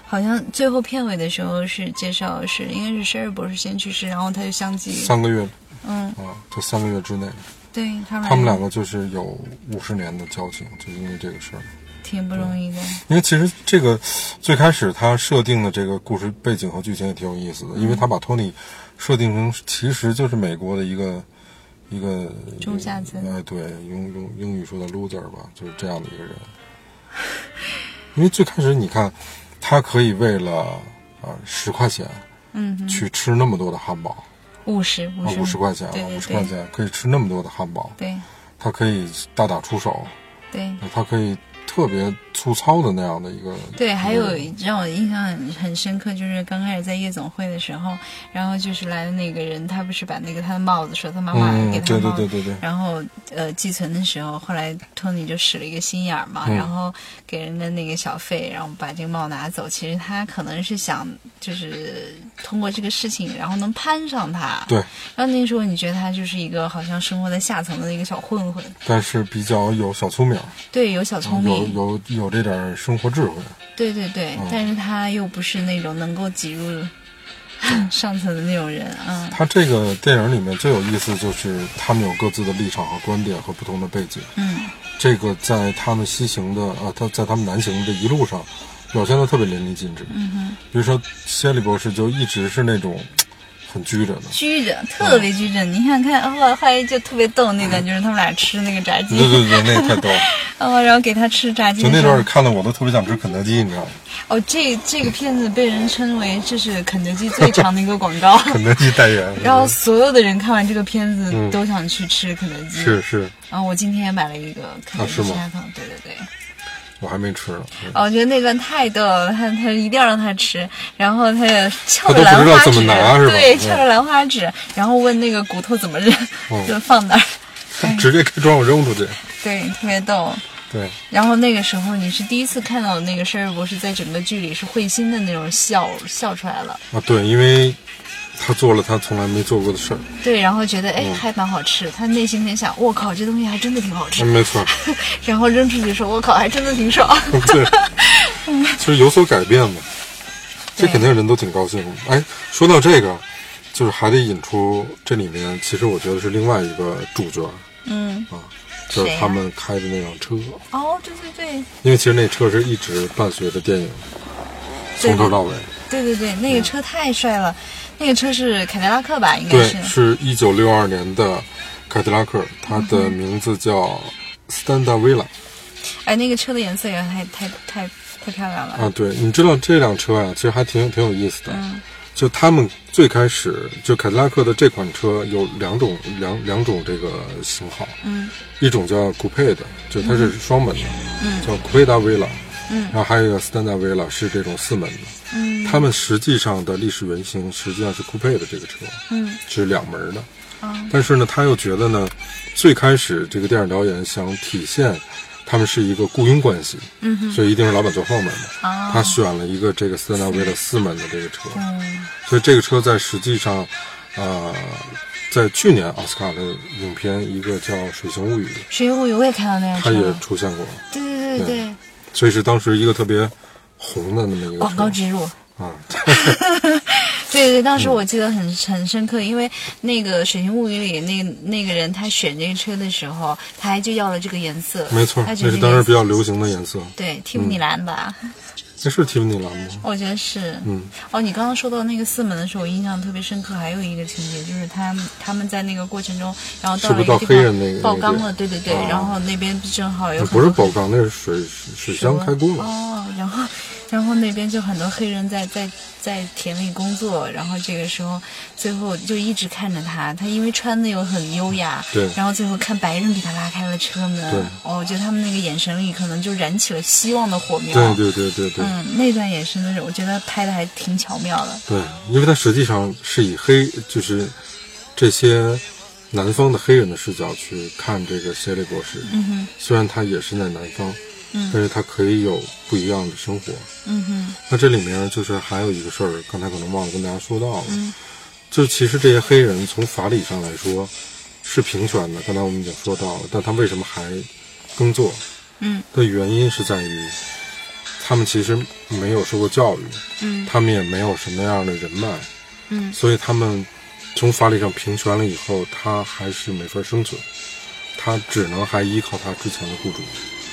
Speaker 3: 好像最后片尾的时候是介绍是应该是生日博士先去世，然后他就相继
Speaker 4: 三个月
Speaker 3: 嗯，哎
Speaker 4: 啊，就三个月之内，
Speaker 3: 对他们
Speaker 4: 他们两个就是有五十年的交情，就是因为这个事儿。
Speaker 3: 挺不容易的，
Speaker 4: 因为其实这个最开始他设定的这个故事背景和剧情也挺有意思的，
Speaker 3: 嗯
Speaker 4: 因为他把托尼设定成其实就是美国的一个一个
Speaker 3: 中下层
Speaker 4: 哎，对，用用英语说的 loser 吧，就是这样的一个人。因为最开始你看，他可以为了啊十块钱
Speaker 3: 嗯哼。
Speaker 4: 去吃那么多的汉堡，
Speaker 3: 五十
Speaker 4: 啊
Speaker 3: 五
Speaker 4: 五十
Speaker 3: 十
Speaker 4: 块钱
Speaker 3: 对，对
Speaker 4: 五十块，钱可以吃那么多的汉堡，
Speaker 3: 对
Speaker 4: 他可以大打出手，
Speaker 3: 对
Speaker 4: 他可以特别粗糙的那样的一个
Speaker 3: 对，还有
Speaker 4: 嗯
Speaker 3: 让我印象很很深刻，就是刚开始在夜总会的时候，然后就是来的那个人，他不是把那个他的帽子说他妈妈
Speaker 4: 嗯
Speaker 3: 给他
Speaker 4: 对对
Speaker 3: 帽子，
Speaker 4: 对对对
Speaker 3: 然后呃寄存的时候，后来托尼就使了一个心眼儿嘛，
Speaker 4: 嗯
Speaker 3: 然后给人家那个小费，然后把这个帽拿走。其实他可能是想就是通过这个事情，然后能攀上他。
Speaker 4: 对，
Speaker 3: 然后那时候你觉得他就是一个好像生活在下层的一个小混混，
Speaker 4: 但是比较有小聪明，
Speaker 3: 对，有小聪
Speaker 4: 有
Speaker 3: 明，
Speaker 4: 有有这点儿生活智慧。
Speaker 3: 对对对，
Speaker 4: 嗯
Speaker 3: 但是他又不是那种能够挤入
Speaker 4: 嗯
Speaker 3: 上层的那种人啊、
Speaker 4: 他这个电影里面最有意思就是他们有各自的立场和观点和不同的背景。
Speaker 3: 嗯，
Speaker 4: 这个在他们西行的呃，他在他们南行的一路上，表现的特别淋漓尽致。嗯哼，比如说谢里博士就一直是那种很拘着 呢。
Speaker 3: 拘着，特别拘着。你看看
Speaker 4: 嗯
Speaker 3: 奥巴后来就特别逗那段，就是他们俩吃那个炸鸡
Speaker 4: 对，对对，那 个太逗了。
Speaker 3: 哦，然后给他吃炸鸡
Speaker 4: 嗯就
Speaker 3: 的
Speaker 4: 那
Speaker 3: 时候
Speaker 4: 段看的我都特别想吃肯德基，你知道 吗？
Speaker 3: 哦，这这个片子被人称为这是肯德基最长的一个广告。
Speaker 4: 肯德基代言。
Speaker 3: 然后所有的人看完这个片子
Speaker 4: 嗯
Speaker 3: 都想去吃肯德基。
Speaker 4: 是。是，
Speaker 3: 然后我今天也买了一个肯德基
Speaker 4: 啊是吗
Speaker 3: 沙糖，对对对。
Speaker 4: 我还没吃呢。嗯
Speaker 3: 哦，我觉得那段太逗了，他他一定要让他吃，然后他也翘着
Speaker 4: 他
Speaker 3: 兰
Speaker 4: 都不知道
Speaker 3: 花指，
Speaker 4: 怎么拿是吧
Speaker 3: 对，
Speaker 4: 嗯
Speaker 3: 翘着兰花指，然后问那个骨头怎么扔，
Speaker 4: 嗯
Speaker 3: 就放哪儿，哎
Speaker 4: 直接开窗户扔出去。
Speaker 3: 对，特别逗。
Speaker 4: 对，
Speaker 3: 然后那个时候你是第一次看到那个绅士博士在整个剧里是会心的那种笑笑出来了，
Speaker 4: 啊对，因为他做了他从来没做过的事儿，
Speaker 3: 对，然后觉得
Speaker 4: 嗯
Speaker 3: 哎还蛮好吃，他内心很想，我靠，这东西还真的挺好吃，
Speaker 4: 嗯没错儿，
Speaker 3: 然后扔出去说，我靠，还真的挺爽。
Speaker 4: 对，其实有所改变嘛，这肯定人都挺高兴的。哎，说到这个，就是还得引出这里面，其实我觉得是另外一个主角
Speaker 3: 嗯，
Speaker 4: 啊，就是
Speaker 3: 谁呀
Speaker 4: 他们开的那辆车，
Speaker 3: 哦，对对对，
Speaker 4: 因为其实那车是一直伴随着电影从头到尾，
Speaker 3: 对对对，那个车太帅了，那个车是凯迪拉克吧？应该
Speaker 4: 对
Speaker 3: 是，。
Speaker 4: 是一九六二年的凯迪拉克，它
Speaker 3: 嗯
Speaker 4: 的名字叫 Standa Villa。
Speaker 3: 哎，那个车的颜色也太太太太漂亮了。
Speaker 4: 啊，对，你知道这辆车啊呀、其实还挺挺有意思的。就他们最开始，就凯迪拉克的这款车有两种两两种这个型号，嗯，一种叫酷配的，就它是双门的，嗯，叫酷配达维拉，嗯，然后还有一个斯丹达维拉是这种四门的，嗯，他们实际上的历史原型实际上是酷配的这个车，嗯，是两门的，但是呢，他又觉得呢，最开始这个电影导演想体现他们是一个雇佣关系，嗯、所以一定是老板坐后门的。
Speaker 3: 哦
Speaker 4: 他选了一个这个斯丹达维的四门的这个车，
Speaker 3: 嗯
Speaker 4: 所以这个车在实际上，呃，在去年奥斯卡的影片一个叫《水形物语》，
Speaker 3: 水浒我也看到那辆
Speaker 4: 它
Speaker 3: 车
Speaker 4: 也
Speaker 3: 了。
Speaker 4: 出现过，
Speaker 3: 对对对对，
Speaker 4: 所以是当时一个特别红的那么一个
Speaker 3: 广告
Speaker 4: 车
Speaker 3: 植入。
Speaker 4: 啊，
Speaker 3: 对对对，当时我
Speaker 4: 嗯
Speaker 3: 记得很很深刻，因为那个《水形物语》里那那个人他选这个车的时候，他还就要了这个颜色。
Speaker 4: 没错，
Speaker 3: 他
Speaker 4: 那
Speaker 3: 选
Speaker 4: 是
Speaker 3: 这
Speaker 4: 当
Speaker 3: 个
Speaker 4: 时
Speaker 3: 颜色
Speaker 4: 比较流行的颜色。
Speaker 3: 对蒂姆尼蓝吧，
Speaker 4: 那是提姆尼兰吗？
Speaker 3: 我觉得是。
Speaker 4: 嗯。
Speaker 3: 哦，你刚刚说到那个四门的时候，我印象特别深刻。还有一个情节就是他们他们在那个过程中，然后到
Speaker 4: 是不
Speaker 3: 了
Speaker 4: 是
Speaker 3: 一个
Speaker 4: 到
Speaker 3: 地
Speaker 4: 黑人那
Speaker 3: 方
Speaker 4: 个
Speaker 3: 爆缸
Speaker 4: 那个地
Speaker 3: 了，对对对，
Speaker 4: 啊
Speaker 3: 然后那边正好有
Speaker 4: 那
Speaker 3: 很
Speaker 4: 不
Speaker 3: 多
Speaker 4: 是宝钢，那是水水水箱开锅了。
Speaker 3: 哦，然后然后那边就很多黑人在在在田里工作，然后这个时候最后就一直看着他，他因为穿的又很优雅，
Speaker 4: 嗯对
Speaker 3: 然后最后看白人给他拉开了车门，
Speaker 4: 对
Speaker 3: 哦，我觉得他们那个眼神里可能就燃起了希望的火苗，
Speaker 4: 对对对对对、
Speaker 3: 嗯，那段也是那种，我觉得拍的还挺巧妙的，
Speaker 4: 对，因为它实际上是以黑，就是这些南方的黑人的视角去看这个谢利博士。嗯哼，虽然他也是在南方，嗯，但是他可以有不一样的生活。
Speaker 3: 嗯哼，
Speaker 4: 那这里面就是还有一个事儿，刚才可能忘了跟大家说到了，就其实这些黑人从法理上来说是平权的，刚才我们已经说到了，但他为什么还耕作？
Speaker 3: 嗯，
Speaker 4: 的原因是在于他们其实没有受过教育，
Speaker 3: 嗯，
Speaker 4: 他们也没有什么样的人脉，
Speaker 3: 嗯
Speaker 4: 所以他们从法理上平权了以后，他还是没法生存，他只能还依靠他之前的雇主。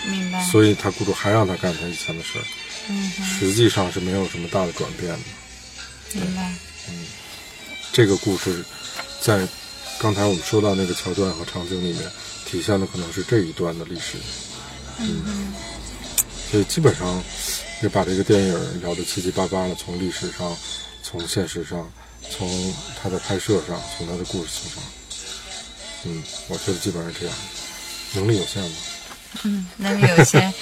Speaker 3: 明白，
Speaker 4: 所以他雇主还让他干他以前的事儿，
Speaker 3: 嗯
Speaker 4: 实际上是没有什么大的转变的。
Speaker 3: 明白，
Speaker 4: 这个故事在刚才我们说到那个桥段和场景里面，体现的可能是这一段的历史。嗯，所以基本上也把这个电影聊得七七八八了，从历史上，从现实上，从它的拍摄上，从它的故事性上。嗯，我觉得基本上是这样，能力有限嘛。
Speaker 3: 能力有 限。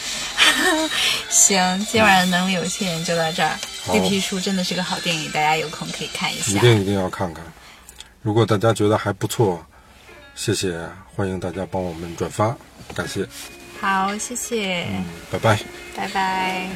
Speaker 3: 行，今晚能力有限就到这儿。
Speaker 4: 好
Speaker 3: 绿皮书真的是个好电影，大家有空可以看一下。
Speaker 4: 一定一定要看看。如果大家觉得还不错，谢谢，欢迎大家帮我们转发，感谢，嗯
Speaker 3: 好，谢谢，
Speaker 4: 拜拜。
Speaker 3: 拜拜。